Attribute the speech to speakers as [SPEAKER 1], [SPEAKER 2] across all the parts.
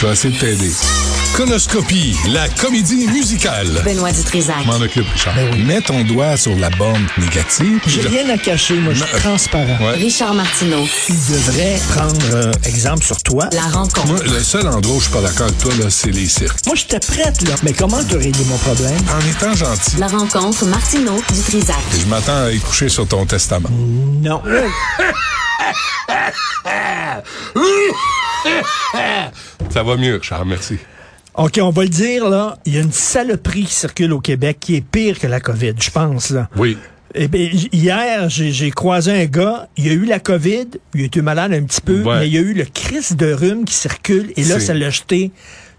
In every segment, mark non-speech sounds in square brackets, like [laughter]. [SPEAKER 1] Je vais essayer de t'aider. Conoscopie, la comédie musicale.
[SPEAKER 2] Benoît Dutrisac.
[SPEAKER 1] M'en occupe, Richard. Mets ton doigt sur la bande négative.
[SPEAKER 3] J'ai
[SPEAKER 1] Je-
[SPEAKER 3] rien à cacher, moi, je
[SPEAKER 1] Non, euh,
[SPEAKER 3] suis transparent.
[SPEAKER 1] Ouais.
[SPEAKER 2] Richard Martineau.
[SPEAKER 3] Il devrait prendre euh, exemple sur toi.
[SPEAKER 2] La rencontre.
[SPEAKER 1] Moi, le seul endroit où je suis pas d'accord avec toi, là, c'est les cirques.
[SPEAKER 3] Moi, j'étais prête, là. Mais comment t'as réglé mon problème?
[SPEAKER 1] En étant gentil,
[SPEAKER 2] La rencontre Martineau Dutrisac.
[SPEAKER 1] je m'attends à y coucher sur ton testament.
[SPEAKER 3] Non.
[SPEAKER 1] Ça va mieux, Richard, merci.
[SPEAKER 3] OK, on va le dire, là. Il y a une saloperie qui circule au Québec qui est pire que la COVID, je pense, là.
[SPEAKER 1] Oui.
[SPEAKER 3] Eh bien, j- hier, j'ai j'ai croisé un gars, il a eu la COVID, il a été malade un petit peu,
[SPEAKER 1] Ouais.
[SPEAKER 3] mais il y a eu le crise de rhume qui circule, et là,
[SPEAKER 1] C'est-
[SPEAKER 3] ça l'a jeté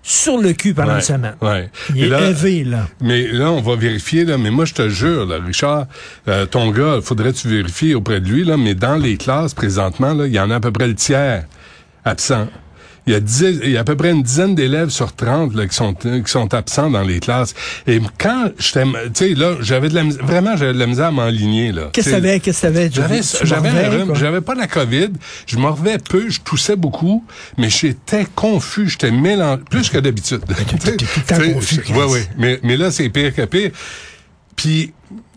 [SPEAKER 3] sur le cul pendant
[SPEAKER 1] Ouais,
[SPEAKER 3] une semaine.
[SPEAKER 1] ouais.
[SPEAKER 3] Il
[SPEAKER 1] Et
[SPEAKER 3] est
[SPEAKER 1] là-
[SPEAKER 3] élevé, là.
[SPEAKER 1] Mais là, on va vérifier, là, mais moi, je te jure, là, Richard, euh, ton gars, faudrait-tu vérifier auprès de lui, là, mais dans les classes, présentement, là, il y en a à peu près le tiers absents. Il y, a dix- il y a à peu près une dizaine d'élèves sur 30 là, qui, sont, qui sont absents dans les classes. Et quand j'étais... Tu sais, là, j'avais de la mis- Vraiment, j'avais de la misère à m'enligner, là.
[SPEAKER 3] Qu'est-ce
[SPEAKER 1] Tu
[SPEAKER 3] que
[SPEAKER 1] sais,
[SPEAKER 3] t'avais, qu'est-ce que t'avais?
[SPEAKER 1] J'avais,
[SPEAKER 3] Tu m'en
[SPEAKER 1] j'avais,
[SPEAKER 3] reviens,
[SPEAKER 1] un rhume,
[SPEAKER 3] quoi.
[SPEAKER 1] j'avais pas la COVID, je m'en revais peu, je toussais beaucoup, mais j'étais confus, j'étais mélangé, plus que d'habitude.
[SPEAKER 3] t'es tout le temps confus,
[SPEAKER 1] Oui,
[SPEAKER 3] Chris.
[SPEAKER 1] oui, mais, mais là, c'est pire que pire. Puis,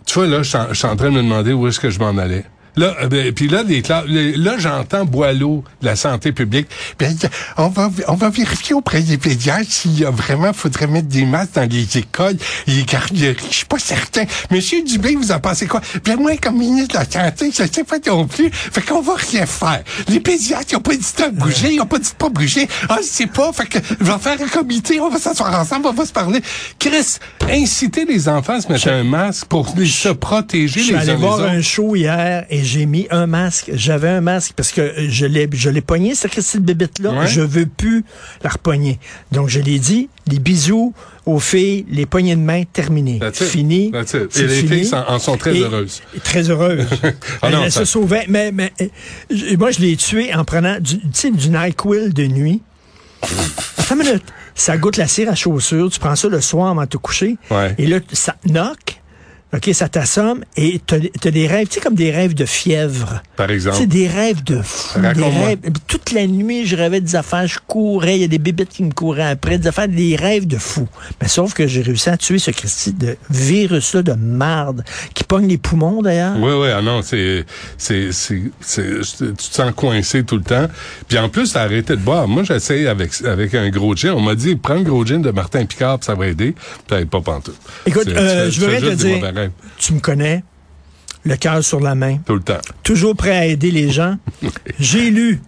[SPEAKER 1] tu vois, là, je suis en- je suis en train de me demander où est-ce que je m'en allais. Là, euh, ben, puis là, les cla- les- là, j'entends Boileau, de la santé publique. Ben, on va, on va vérifier auprès des pédiatres s'il y a vraiment, faudrait mettre des masques dans les écoles, les garderies. Je suis pas certain. Monsieur Dubé, vous en pensez quoi? Ben, moi, comme ministre de la Santé, je sais pas non plus. Fait qu'on va rien faire. Les pédiatres, ils ont pas dit de bouger, ils ont pas dit de pas bouger. Ah, je sais pas. Fait que, je vais faire un comité, on va s'asseoir ensemble, on va se parler. Chris, inciter les enfants à se mettre un masque pour les- se protéger
[SPEAKER 3] Je suis
[SPEAKER 1] les uns
[SPEAKER 3] allé
[SPEAKER 1] les
[SPEAKER 3] voir
[SPEAKER 1] autres.
[SPEAKER 3] un show hier et j'ai mis un masque. J'avais un masque parce que euh, je l'ai, je l'ai pogné, cette petite bébête-là.
[SPEAKER 1] Ouais.
[SPEAKER 3] Je veux plus la repogner. Donc, je l'ai dit, les bisous aux filles, les poignées de main terminées.
[SPEAKER 1] That's it.
[SPEAKER 3] Fini.
[SPEAKER 1] That's it. Et
[SPEAKER 3] c'est
[SPEAKER 1] les
[SPEAKER 3] fini.
[SPEAKER 1] filles s'en- en sont très
[SPEAKER 3] Et-
[SPEAKER 1] heureuses.
[SPEAKER 3] et Très heureuses.
[SPEAKER 1] [laughs] Ah non,
[SPEAKER 3] Elles
[SPEAKER 1] ça-
[SPEAKER 3] se sauvaient. Mais, mais, euh, j- moi, je l'ai tué en prenant du, tu sais, du NyQuil de nuit. Attends une minute. Ça goûte la cire à chaussures. Tu prends ça le soir avant de te coucher.
[SPEAKER 1] Ouais.
[SPEAKER 3] Et là, ça te knock. OK, ça t'assomme et t'as t'as des rêves, tu sais, comme des rêves de fièvre.
[SPEAKER 1] Par exemple.
[SPEAKER 3] Tu sais, des rêves de fou. Des
[SPEAKER 1] Raconte-moi.
[SPEAKER 3] rêves. Toute la nuit, je rêvais des affaires, je courais, il y a des bébites qui me couraient après, des affaires, des rêves de fou. Mais sauf que j'ai réussi à tuer ce Christi de virus-là de marde qui pogne les poumons d'ailleurs.
[SPEAKER 1] Oui, oui, ah non, c'est, c'est, c'est, c'est- c'est- tu te sens coincé tout le temps. Puis en plus, t'as arrêté de boire. Moi, j'essayais avec, avec un gros gin. On m'a dit, prends le gros gin de Martin Picard, puis ça va aider. Puis t'avais pas pantoute.
[SPEAKER 3] Écoute,
[SPEAKER 1] C'est-
[SPEAKER 3] euh,
[SPEAKER 1] tu fais-
[SPEAKER 3] je veux
[SPEAKER 1] tu
[SPEAKER 3] rien
[SPEAKER 1] fais
[SPEAKER 3] te
[SPEAKER 1] juste des mauvais
[SPEAKER 3] dire,
[SPEAKER 1] rêves,
[SPEAKER 3] tu me connais, le cœur sur la main,
[SPEAKER 1] Tout le temps.
[SPEAKER 3] toujours prêt à aider les gens.
[SPEAKER 1] [laughs]
[SPEAKER 3] J'ai lu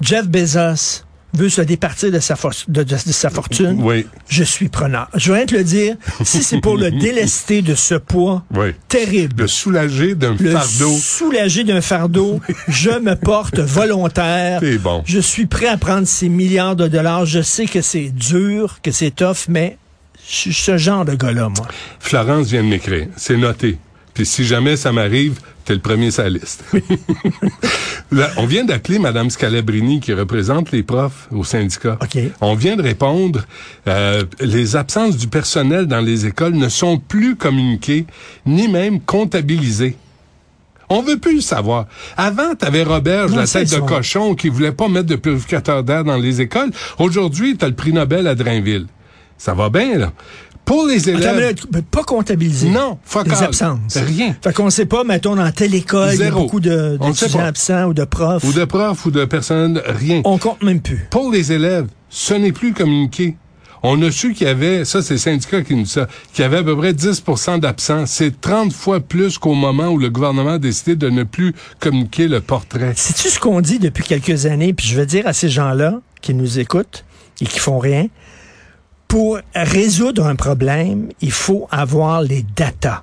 [SPEAKER 3] Jeff Bezos veut se départir de sa, for- de, de- de sa fortune.
[SPEAKER 1] Oui.
[SPEAKER 3] Je suis preneur. Je viens te le dire, si c'est pour
[SPEAKER 1] [laughs]
[SPEAKER 3] le délester de ce poids
[SPEAKER 1] Oui.
[SPEAKER 3] terrible,
[SPEAKER 1] Le soulager d'un
[SPEAKER 3] le
[SPEAKER 1] fardeau.
[SPEAKER 3] soulager d'un fardeau, je me
[SPEAKER 1] [laughs]
[SPEAKER 3] porte volontaire.
[SPEAKER 1] T'es bon.
[SPEAKER 3] Je suis prêt à prendre ces milliards de dollars. Je sais que c'est dur, que c'est tough, mais je suis ce genre de gars-là, moi.
[SPEAKER 1] Florence vient de m'écrire. C'est noté. Puis si jamais ça m'arrive, t'es le premier sur la
[SPEAKER 3] [laughs]
[SPEAKER 1] liste. Là, on vient d'appeler Madame Scalabrini, qui représente les profs au syndicat.
[SPEAKER 3] OK.
[SPEAKER 1] On vient de répondre, euh, les absences du personnel dans les écoles ne sont plus communiquées, ni même comptabilisées. On veut plus le savoir. Avant, t'avais Robert,
[SPEAKER 3] Non,
[SPEAKER 1] la
[SPEAKER 3] c'est
[SPEAKER 1] tête de
[SPEAKER 3] ça.
[SPEAKER 1] cochon, qui voulait pas mettre de purificateur d'air dans les écoles. Aujourd'hui, t'as le prix Nobel à Drainville. Ça va bien, là. Pour les élèves...
[SPEAKER 3] Attends, Ah, mais là, pas comptabiliser.
[SPEAKER 1] Non, fuck
[SPEAKER 3] Les
[SPEAKER 1] all.
[SPEAKER 3] absences.
[SPEAKER 1] Rien.
[SPEAKER 3] Fait qu'on sait pas, mettons, dans telle école, il y a
[SPEAKER 1] Zéro.
[SPEAKER 3] beaucoup de-
[SPEAKER 1] On le sait
[SPEAKER 3] d'étudiants
[SPEAKER 1] pas.
[SPEAKER 3] absents ou de profs.
[SPEAKER 1] ou de profs ou de personnes, rien.
[SPEAKER 3] On compte même plus.
[SPEAKER 1] Pour les élèves, ce n'est plus communiqué. On a su qu'il y avait, ça c'est le syndicat qui nous dit ça, qu'il y avait à peu près 10 d'absents. C'est 30 fois plus qu'au moment où le gouvernement a décidé de ne plus communiquer le portrait.
[SPEAKER 3] Sais-tu ce qu'on dit depuis quelques années? Puis je veux dire à ces gens-là qui nous écoutent et qui font rien, pour résoudre un problème, il faut avoir les data.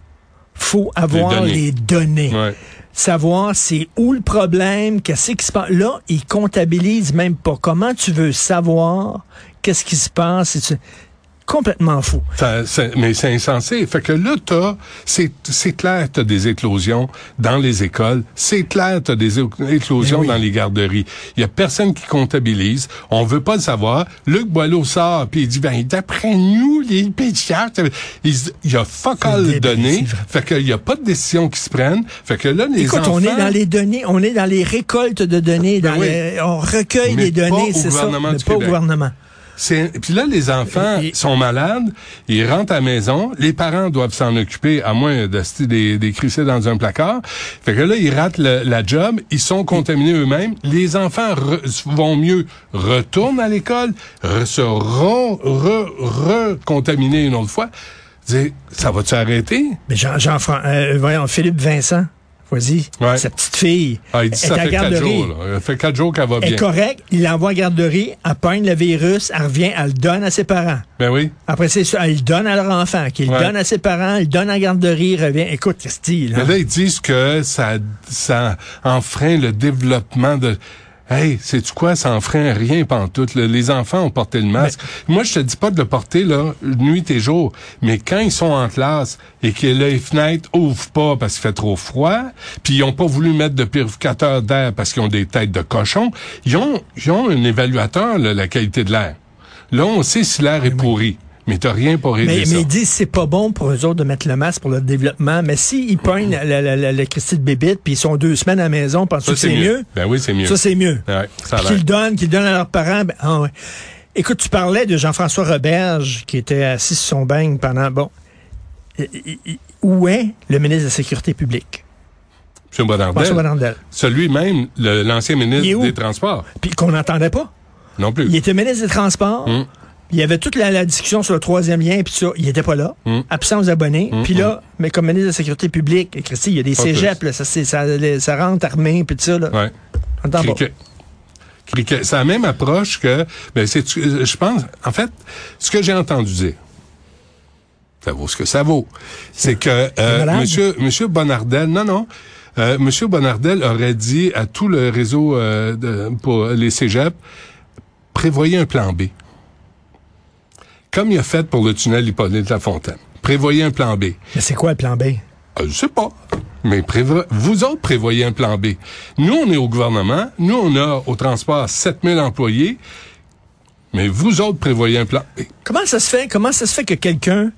[SPEAKER 3] faut avoir
[SPEAKER 1] données.
[SPEAKER 3] les données.
[SPEAKER 1] Ouais.
[SPEAKER 3] Savoir c'est où le problème, qu'est-ce qui se passe. Là, ils comptabilisent même pas. Comment tu veux savoir qu'est-ce qui se passe? si tu- Complètement fou.
[SPEAKER 1] Ça- ça- mais c'est insensé. Fait que là, t'as, c'est, c'est clair, t'as des éclosions dans les écoles. C'est clair, t'as des éc- éclosions
[SPEAKER 3] Ben oui.
[SPEAKER 1] dans les garderies. Il y a personne qui comptabilise. On veut pas le savoir. Luc Boileau sort, puis il dit, ben, d'après nous, les pédiatres, il, s- il y a fuck all
[SPEAKER 3] débile,
[SPEAKER 1] donné.
[SPEAKER 3] c'est vrai.
[SPEAKER 1] Fait qu'il y a pas de décision qui se prennent. Fait que là, les
[SPEAKER 3] Écoute,
[SPEAKER 1] enfants... Ben
[SPEAKER 3] on est dans les données, on est dans les récoltes de données, dans
[SPEAKER 1] oui.
[SPEAKER 3] les- on recueille
[SPEAKER 1] Mais
[SPEAKER 3] des
[SPEAKER 1] pas
[SPEAKER 3] données,
[SPEAKER 1] au
[SPEAKER 3] c'est ça,
[SPEAKER 1] gouvernement
[SPEAKER 3] mais
[SPEAKER 1] du
[SPEAKER 3] pas au
[SPEAKER 1] Québec.
[SPEAKER 3] gouvernement.
[SPEAKER 1] C'est puis là les enfants
[SPEAKER 3] Et-
[SPEAKER 1] sont malades, ils rentrent à la maison, les parents doivent s'en occuper à moins de se- des des crisser dans un placard. Fait que là ils ratent le- la job, ils sont contaminés eux-mêmes, les enfants re- vont mieux, retournent à l'école, re- se re- re- recontaminés une autre fois. Dis, ça va tu arrêter
[SPEAKER 3] Mais Jean, Jean Fran- euh, voyons, Philippe Vincent, vas-y,
[SPEAKER 1] Ouais.
[SPEAKER 3] sa petite fille,
[SPEAKER 1] Ah, il dit
[SPEAKER 3] est
[SPEAKER 1] ça
[SPEAKER 3] à
[SPEAKER 1] fait quatre
[SPEAKER 3] garderie.
[SPEAKER 1] jours. Là. Ça fait quatre jours qu'elle va
[SPEAKER 3] Elle est
[SPEAKER 1] bien.
[SPEAKER 3] correcte, il l'envoie à garderie, elle pogne le virus, elle revient, elle le donne à ses parents.
[SPEAKER 1] Ben oui.
[SPEAKER 3] Après, c'est ça, elle le donne à leur enfant, qu'il le
[SPEAKER 1] Ouais.
[SPEAKER 3] donne à ses parents, il le donne à la garderie, il revient. Écoute, Christy, là,
[SPEAKER 1] Mais là, ils disent que ça, ça enfreint le développement de... Hey, sais-tu quoi? Ça enfreint rien pantoute. là. Les enfants ont porté le masque. Moi, je te dis pas de le porter, là, nuit et jour. Mais quand ils sont en classe et que les fenêtres ouvrent pas parce qu'il fait trop froid, puis ils ont pas voulu mettre de purificateur d'air parce qu'ils ont des têtes de cochon, ils ont, ils ont un évaluateur, là, la qualité de l'air. Là, on sait si l'air est pourri. Mais t'as rien pour aider
[SPEAKER 3] Mais,
[SPEAKER 1] ça.
[SPEAKER 3] mais ils disent que c'est pas bon pour eux autres de mettre le masque pour leur développement. Mais s'ils pognent le, le, le, le Christy de Bébite, puis ils sont deux semaines à la maison, pensent que c'est mieux?
[SPEAKER 1] Ben oui, c'est mieux. Ah,
[SPEAKER 3] Ça, c'est mieux.
[SPEAKER 1] Ouais, ça a
[SPEAKER 3] Puis
[SPEAKER 1] l'air.
[SPEAKER 3] qu'ils le donnent, qu'ils le donnent à leurs parents. ben, ah ouais. Écoute, tu parlais de Jean-François Roberge qui était assis sur son bagne pendant... Bon, i- i- i- où est le ministre de la Sécurité publique?
[SPEAKER 1] Monsieur Bonardel.
[SPEAKER 3] François Bonardel.
[SPEAKER 1] Celui-même, le- l'ancien
[SPEAKER 3] Il est
[SPEAKER 1] ministre
[SPEAKER 3] où?
[SPEAKER 1] des Transports.
[SPEAKER 3] Puis qu'on n'entendait pas.
[SPEAKER 1] Non plus.
[SPEAKER 3] Il était ministre des Transports. Il y avait toute la, la discussion sur le troisième lien, puis ça, il était pas là. Absence d'abonnés. Puis là, mais comme ministre de la Sécurité publique, et Christy, il y a des
[SPEAKER 1] Pas
[SPEAKER 3] cégeps,
[SPEAKER 1] plus.
[SPEAKER 3] là, ça, c'est- ça, les- ça rentre armé, puis tout ça. Là.
[SPEAKER 1] Ouais.
[SPEAKER 3] On entend pas.
[SPEAKER 1] Cricket. Cricket. C'est la même approche que. Ben, c'est, je pense, en fait, ce que j'ai entendu dire, ça vaut ce que ça vaut, c'est que euh,
[SPEAKER 3] malade.
[SPEAKER 1] monsieur, monsieur Bonardel, non, non, euh, monsieur Bonardel aurait dit à tout le réseau euh, de- pour les cégeps, prévoyez un plan B. Comme il a fait pour le tunnel Hippolyte La Fontaine. Prévoyez un plan B.
[SPEAKER 3] Mais c'est quoi le plan B?
[SPEAKER 1] Euh, je sais pas. Mais prévo- vous autres prévoyez un plan B. Nous, on est au gouvernement. Nous, on a au transport 7000 employés. Mais vous autres prévoyez un plan B.
[SPEAKER 3] Comment ça se fait? Comment ça se fait que quelqu'un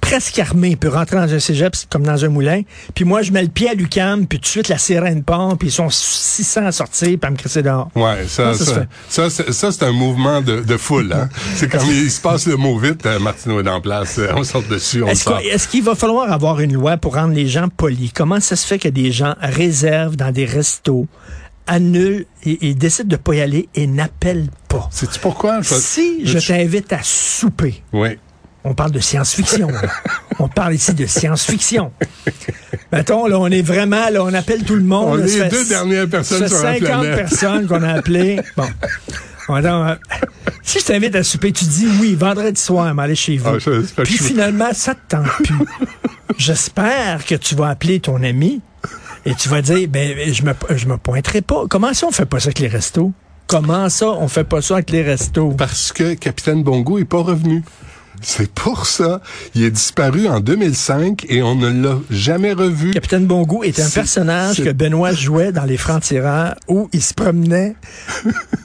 [SPEAKER 3] presque armé peut rentrer dans un cégep c'est comme dans un moulin, puis moi, je mets le pied à l'UCAM, puis tout de suite, la sirène part, puis ils sont 600 à sortir, puis à me crisser dehors.
[SPEAKER 1] Ouais, ça,
[SPEAKER 3] Comment ça se
[SPEAKER 1] ça,
[SPEAKER 3] fait?
[SPEAKER 1] ça, c'est- ça, c'est un mouvement de, de foule. Hein? c'est comme il se passe le mot vite. euh, Martineau est en place. euh, On sort dessus, on le
[SPEAKER 3] Est-ce
[SPEAKER 1] sort.
[SPEAKER 3] que- est-ce qu'il va falloir avoir une loi pour rendre les gens polis? Comment ça se fait que des gens réservent dans des restos, annulent et, et décident de pas y aller et n'appellent pas?
[SPEAKER 1] Sais-tu pourquoi? Je-
[SPEAKER 3] Si je t'invite à souper,
[SPEAKER 1] Oui.
[SPEAKER 3] on parle de science-fiction. là. on parle ici de science-fiction. Mettons, là, on est vraiment, là, on appelle tout le monde.
[SPEAKER 1] On
[SPEAKER 3] là,
[SPEAKER 1] est les
[SPEAKER 3] ça fait
[SPEAKER 1] deux
[SPEAKER 3] c-
[SPEAKER 1] dernières personnes
[SPEAKER 3] ça fait
[SPEAKER 1] sur la
[SPEAKER 3] 50
[SPEAKER 1] planète.
[SPEAKER 3] personnes qu'on a appelées. Bon. Attends, euh, si je t'invite à souper, tu dis oui, vendredi soir, m'aller chez vous.
[SPEAKER 1] Ah, ça, ça fait
[SPEAKER 3] Puis
[SPEAKER 1] chou-
[SPEAKER 3] finalement, ça te tente plus. J'espère que tu vas appeler ton ami et tu vas dire, ben, je me, je me pointerai pas. Comment ça, on fait pas ça avec les restos? Comment ça, on fait pas ça avec les restos?
[SPEAKER 1] Parce que Capitaine Bongo est pas revenu. C'est pour ça. Il est disparu en 2005 et on ne l'a jamais revu.
[SPEAKER 3] Capitaine Bongo est un
[SPEAKER 1] C'est-
[SPEAKER 3] personnage
[SPEAKER 1] c'est-
[SPEAKER 3] que Benoît jouait dans Les Francs-Tireurs où il
[SPEAKER 1] [laughs]
[SPEAKER 3] se promenait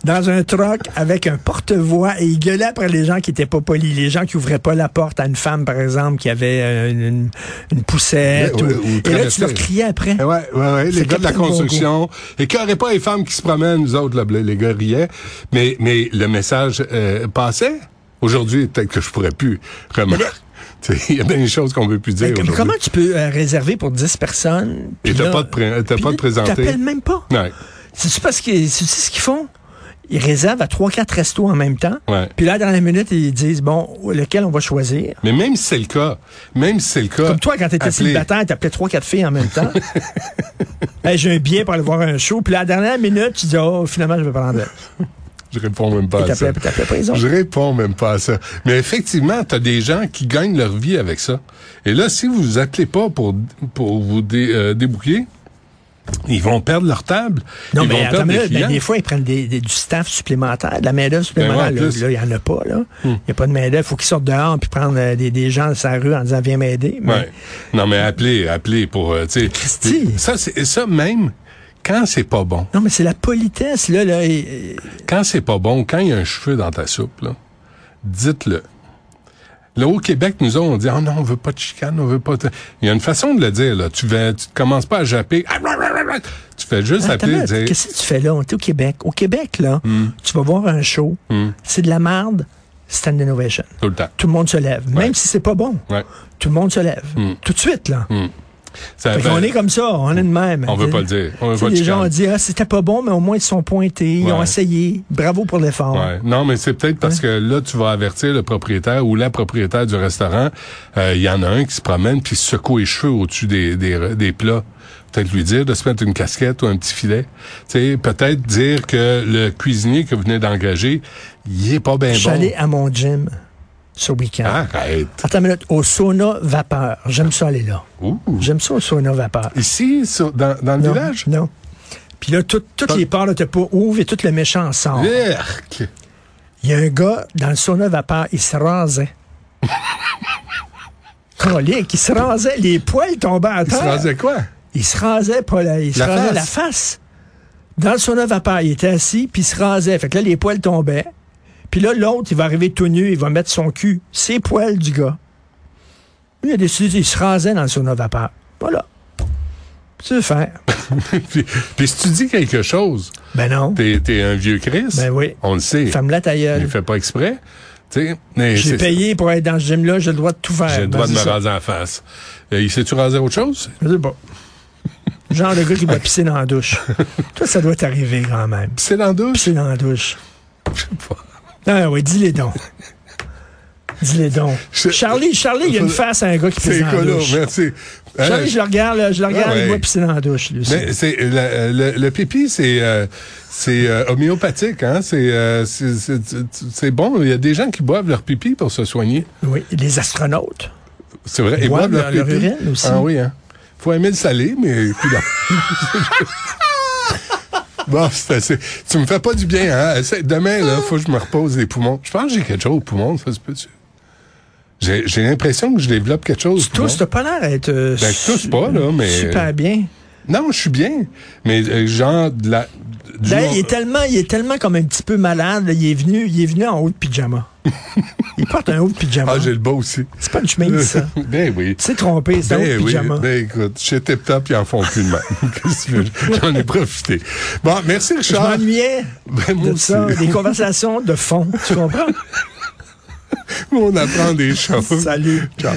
[SPEAKER 3] dans un troc avec un porte-voix et il gueulait après les gens qui étaient pas polis, les gens qui ouvraient pas la porte à une femme, par exemple, qui avait euh, une, une- une poussette.
[SPEAKER 1] Ouais,
[SPEAKER 3] ou-
[SPEAKER 1] ou- ou
[SPEAKER 3] et là,
[SPEAKER 1] traversée.
[SPEAKER 3] tu leur criais après.
[SPEAKER 1] Eh Ouais, ouais, ouais,
[SPEAKER 3] C'est
[SPEAKER 1] les gars de la
[SPEAKER 3] Captain
[SPEAKER 1] construction. Et qu'il n'y aurait pas les femmes qui se promènent, nous autres, là, les gars riaient. Mais, mais le message euh, passait. Aujourd'hui, peut-être que je pourrais plus. Remarque. [laughs] Tu sais, Il y a bien des choses qu'on veut plus dire
[SPEAKER 3] Mais comme-
[SPEAKER 1] aujourd'hui.
[SPEAKER 3] comment tu peux euh, réserver pour 10 personnes?
[SPEAKER 1] Et
[SPEAKER 3] puis
[SPEAKER 1] t'as
[SPEAKER 3] là-
[SPEAKER 1] pas de pré- t'as
[SPEAKER 3] puis
[SPEAKER 1] pas de
[SPEAKER 3] là,
[SPEAKER 1] présenter.
[SPEAKER 3] T'appelles même pas.
[SPEAKER 1] Ouais.
[SPEAKER 3] C'est-tu parce que, c'est-tu ce qu'ils font? Ils réservent à 3-4 restos en même temps.
[SPEAKER 1] Ouais.
[SPEAKER 3] Puis là, dans la minute, ils disent, bon, lequel on va choisir?
[SPEAKER 1] Mais même si c'est le cas, même si c'est le cas...
[SPEAKER 3] Comme toi, quand t'étais
[SPEAKER 1] appelez-
[SPEAKER 3] célibataire, t'appelais trois, quatre filles en
[SPEAKER 1] [laughs]
[SPEAKER 3] même temps. Hey, j'ai un billet pour aller voir un show. Puis la dernière minute, tu dis, oh, finalement, je vais prendre elle.
[SPEAKER 1] Je réponds même
[SPEAKER 3] Puis
[SPEAKER 1] pas à ça.
[SPEAKER 3] t'appelais- puis t'appelais pas les autres.
[SPEAKER 1] Je réponds même pas à ça. Mais effectivement, t'as des gens qui gagnent leur vie avec ça. Et là, si vous vous appelez pas pour, pour vous dé- euh, débrouiller, ils vont perdre leur table.
[SPEAKER 3] Non,
[SPEAKER 1] ils
[SPEAKER 3] mais
[SPEAKER 1] vont
[SPEAKER 3] attends,
[SPEAKER 1] perdre
[SPEAKER 3] mais là,
[SPEAKER 1] des
[SPEAKER 3] ben,
[SPEAKER 1] clients.
[SPEAKER 3] des fois, ils prennent des- des- du staff supplémentaire, de la main-d'œuvre supplémentaire.
[SPEAKER 1] Ben ouais, en
[SPEAKER 3] là,
[SPEAKER 1] plus. Hmm.
[SPEAKER 3] là, il n'y en a pas, là. Il n'y a pas de main-d'œuvre. faut qu'ils sortent dehors puis prendre euh, des, des gens de sa rue en disant, viens m'aider. Mais
[SPEAKER 1] Ouais. Non, mais appelez, appelez pour, euh, tu sais.
[SPEAKER 3] Christy!
[SPEAKER 1] Ça, c'est, ça même, quand c'est pas bon,
[SPEAKER 3] Non, mais c'est la politesse, là. là et- euh, et-
[SPEAKER 1] quand c'est pas bon, quand il y a un cheveu dans ta soupe, là, dites-le. Là, au Québec, nous autres, on dit, ah non, on veut pas de chicane, on veut pas de... Il y a une façon de le dire, là. Tu ne tu commences pas à japper. Ah, bla, bla, bla, bla. Tu fais juste
[SPEAKER 3] Attends,
[SPEAKER 1] appeler et
[SPEAKER 3] mais
[SPEAKER 1] dire, Hmm.
[SPEAKER 3] Qu'est-ce que tu fais là? On est au Québec. Au Québec, là, tu vas voir un show, c'est de la merde, stand innovation.
[SPEAKER 1] tout le temps.
[SPEAKER 3] Tout le monde se lève,
[SPEAKER 1] Ouais.
[SPEAKER 3] même si c'est pas bon.
[SPEAKER 1] Ouais.
[SPEAKER 3] Tout le monde se lève.
[SPEAKER 1] Hmm.
[SPEAKER 3] Tout de suite, là.
[SPEAKER 1] Ça
[SPEAKER 3] Fait
[SPEAKER 1] fait-
[SPEAKER 3] qu'on est comme ça, on est de même.
[SPEAKER 1] Ben On veut pas le dire. On veut
[SPEAKER 3] Tu sais,
[SPEAKER 1] pas de
[SPEAKER 3] les gens
[SPEAKER 1] chicane.
[SPEAKER 3] ont dit, ah, c'était pas bon, mais au moins ils se sont pointés, ils
[SPEAKER 1] Ouais.
[SPEAKER 3] ont essayé. Bravo pour l'effort.
[SPEAKER 1] Ouais. Non, mais c'est peut-être parce que là, tu vas avertir le propriétaire ou la propriétaire du restaurant. Euh, Il y en a un qui se promène puis se secoue les cheveux au-dessus des, des, des plats. Peut-être lui dire de se mettre une casquette ou un petit filet. Tu sais, peut-être dire que le cuisinier que vous venez d'engager, il est pas bien
[SPEAKER 3] Je suis
[SPEAKER 1] bon. Ah.
[SPEAKER 3] allé à mon gym ce week-end.
[SPEAKER 1] Arrête.
[SPEAKER 3] Attends une minute, au sauna vapeur. J'aime ça aller là.
[SPEAKER 1] Ouh.
[SPEAKER 3] J'aime ça au sauna vapeur.
[SPEAKER 1] Ici, sur- dans, dans le
[SPEAKER 3] Non,
[SPEAKER 1] village? Ah.
[SPEAKER 3] Non. Puis là, tout- toutes
[SPEAKER 1] Pas-
[SPEAKER 3] les portes de pas ouvrent et tout le méchant sort.
[SPEAKER 1] Yerk.
[SPEAKER 3] Il y a un gars dans le sauna vapeur, il
[SPEAKER 1] [laughs]
[SPEAKER 3] se rasait. Colique, il se rasait, les poils tombaient à
[SPEAKER 1] Il se
[SPEAKER 3] terre.
[SPEAKER 1] rasait quoi? [laughs]
[SPEAKER 3] Il se rasait, pas la, il se
[SPEAKER 1] La
[SPEAKER 3] rasait
[SPEAKER 1] face.
[SPEAKER 3] la face. Dans le sauna vapeur, il était assis, puis il se rasait. Fait que là, les poils tombaient. Puis là, l'autre, il va arriver tout nu, il va mettre son cul, ses poils du gars. Lui, Il a décidé, il se rasait dans le sauna vapeur. Voilà. Tu veux faire?
[SPEAKER 1] puis, puis si tu dis quelque chose,
[SPEAKER 3] Ben non.
[SPEAKER 1] t'es t'es un vieux Christ.
[SPEAKER 3] Ben oui.
[SPEAKER 1] On le sait.
[SPEAKER 3] Femme-la ta
[SPEAKER 1] Il le
[SPEAKER 3] gueule.
[SPEAKER 1] fait pas exprès. Tu sais, mais
[SPEAKER 3] J'ai
[SPEAKER 1] c'est-
[SPEAKER 3] payé pour être dans ce gym-là, j'ai le droit de tout faire.
[SPEAKER 1] J'ai le
[SPEAKER 3] Ben,
[SPEAKER 1] droit de
[SPEAKER 3] c'est
[SPEAKER 1] me
[SPEAKER 3] ça.
[SPEAKER 1] raser en face. Euh, il s'est-tu rasé autre chose?
[SPEAKER 3] Je sais pas. Genre le gars
[SPEAKER 1] [laughs]
[SPEAKER 3] qui va pisser dans la douche. Toi, ça doit t'arriver quand même.
[SPEAKER 1] C'est dans la douche?
[SPEAKER 3] Pisser dans la douche.
[SPEAKER 1] Je sais pas.
[SPEAKER 3] Ah oui, dis-les donc. Dis-les donc.
[SPEAKER 1] Je-
[SPEAKER 3] Charlie, Charlie, il a une face à un gars qui pisse
[SPEAKER 1] C'est
[SPEAKER 3] dans la
[SPEAKER 1] écolo,
[SPEAKER 3] douche.
[SPEAKER 1] merci. Hein,
[SPEAKER 3] Charlie, je le regarde, là, je le regarde,
[SPEAKER 1] Ah ouais.
[SPEAKER 3] il va pisser dans la douche, lui aussi.
[SPEAKER 1] mais ben, c'est le, le, le pipi, c'est euh, c'est euh, homéopathique, hein. C'est euh, c'est- c'est- c'est bon. Il y a des gens qui boivent leur pipi pour se soigner.
[SPEAKER 3] Oui, les astronautes.
[SPEAKER 1] C'est vrai. Ils
[SPEAKER 3] Boivent
[SPEAKER 1] boivent leur,
[SPEAKER 3] leur- leur
[SPEAKER 1] pipi.
[SPEAKER 3] urine aussi.
[SPEAKER 1] Ah oui, hein. Faut aimer le salé, mais puis
[SPEAKER 3] [laughs]
[SPEAKER 1] là. Bon, c'est assez. Tu me fais pas du bien, hein? Essaie- Demain, là, faut que je me repose les poumons. Je pense que j'ai quelque chose aux poumons, ça se peut-tu? J'ai j'ai l'impression que je développe quelque chose.
[SPEAKER 3] Tu tousses, t'as pas l'air d'être euh,
[SPEAKER 1] Ben, je tousse
[SPEAKER 3] su-
[SPEAKER 1] pas, là, mais-
[SPEAKER 3] super bien.
[SPEAKER 1] Non, je suis bien. Mais euh, genre de la. du- Ah,
[SPEAKER 3] D'ailleurs, Ben, il est tellement, il est tellement comme un petit peu malade, là, il est venu, il est venu en haut de
[SPEAKER 1] [laughs]
[SPEAKER 3] pyjama. il porte un haut de pyjama.
[SPEAKER 1] Ah, j'ai le beau aussi.
[SPEAKER 3] C'est pas une chemise, ça.
[SPEAKER 1] [laughs] ben oui.
[SPEAKER 3] C'est trompé, c'est un
[SPEAKER 1] Ben
[SPEAKER 3] haut de
[SPEAKER 1] oui,
[SPEAKER 3] pyjama.
[SPEAKER 1] ben écoute, chez Tip Top, ils en font plus de même. [laughs] Qu'est-ce que tu veux? J'en ai profité. Bon, merci
[SPEAKER 3] Je
[SPEAKER 1] Richard.
[SPEAKER 3] m'ennuyais
[SPEAKER 1] Ben, moi
[SPEAKER 3] de ça,
[SPEAKER 1] aussi.
[SPEAKER 3] des conversations
[SPEAKER 1] [laughs]
[SPEAKER 3] de fond, tu comprends?
[SPEAKER 1] On apprend des choses.
[SPEAKER 3] Salut.
[SPEAKER 1] Ciao.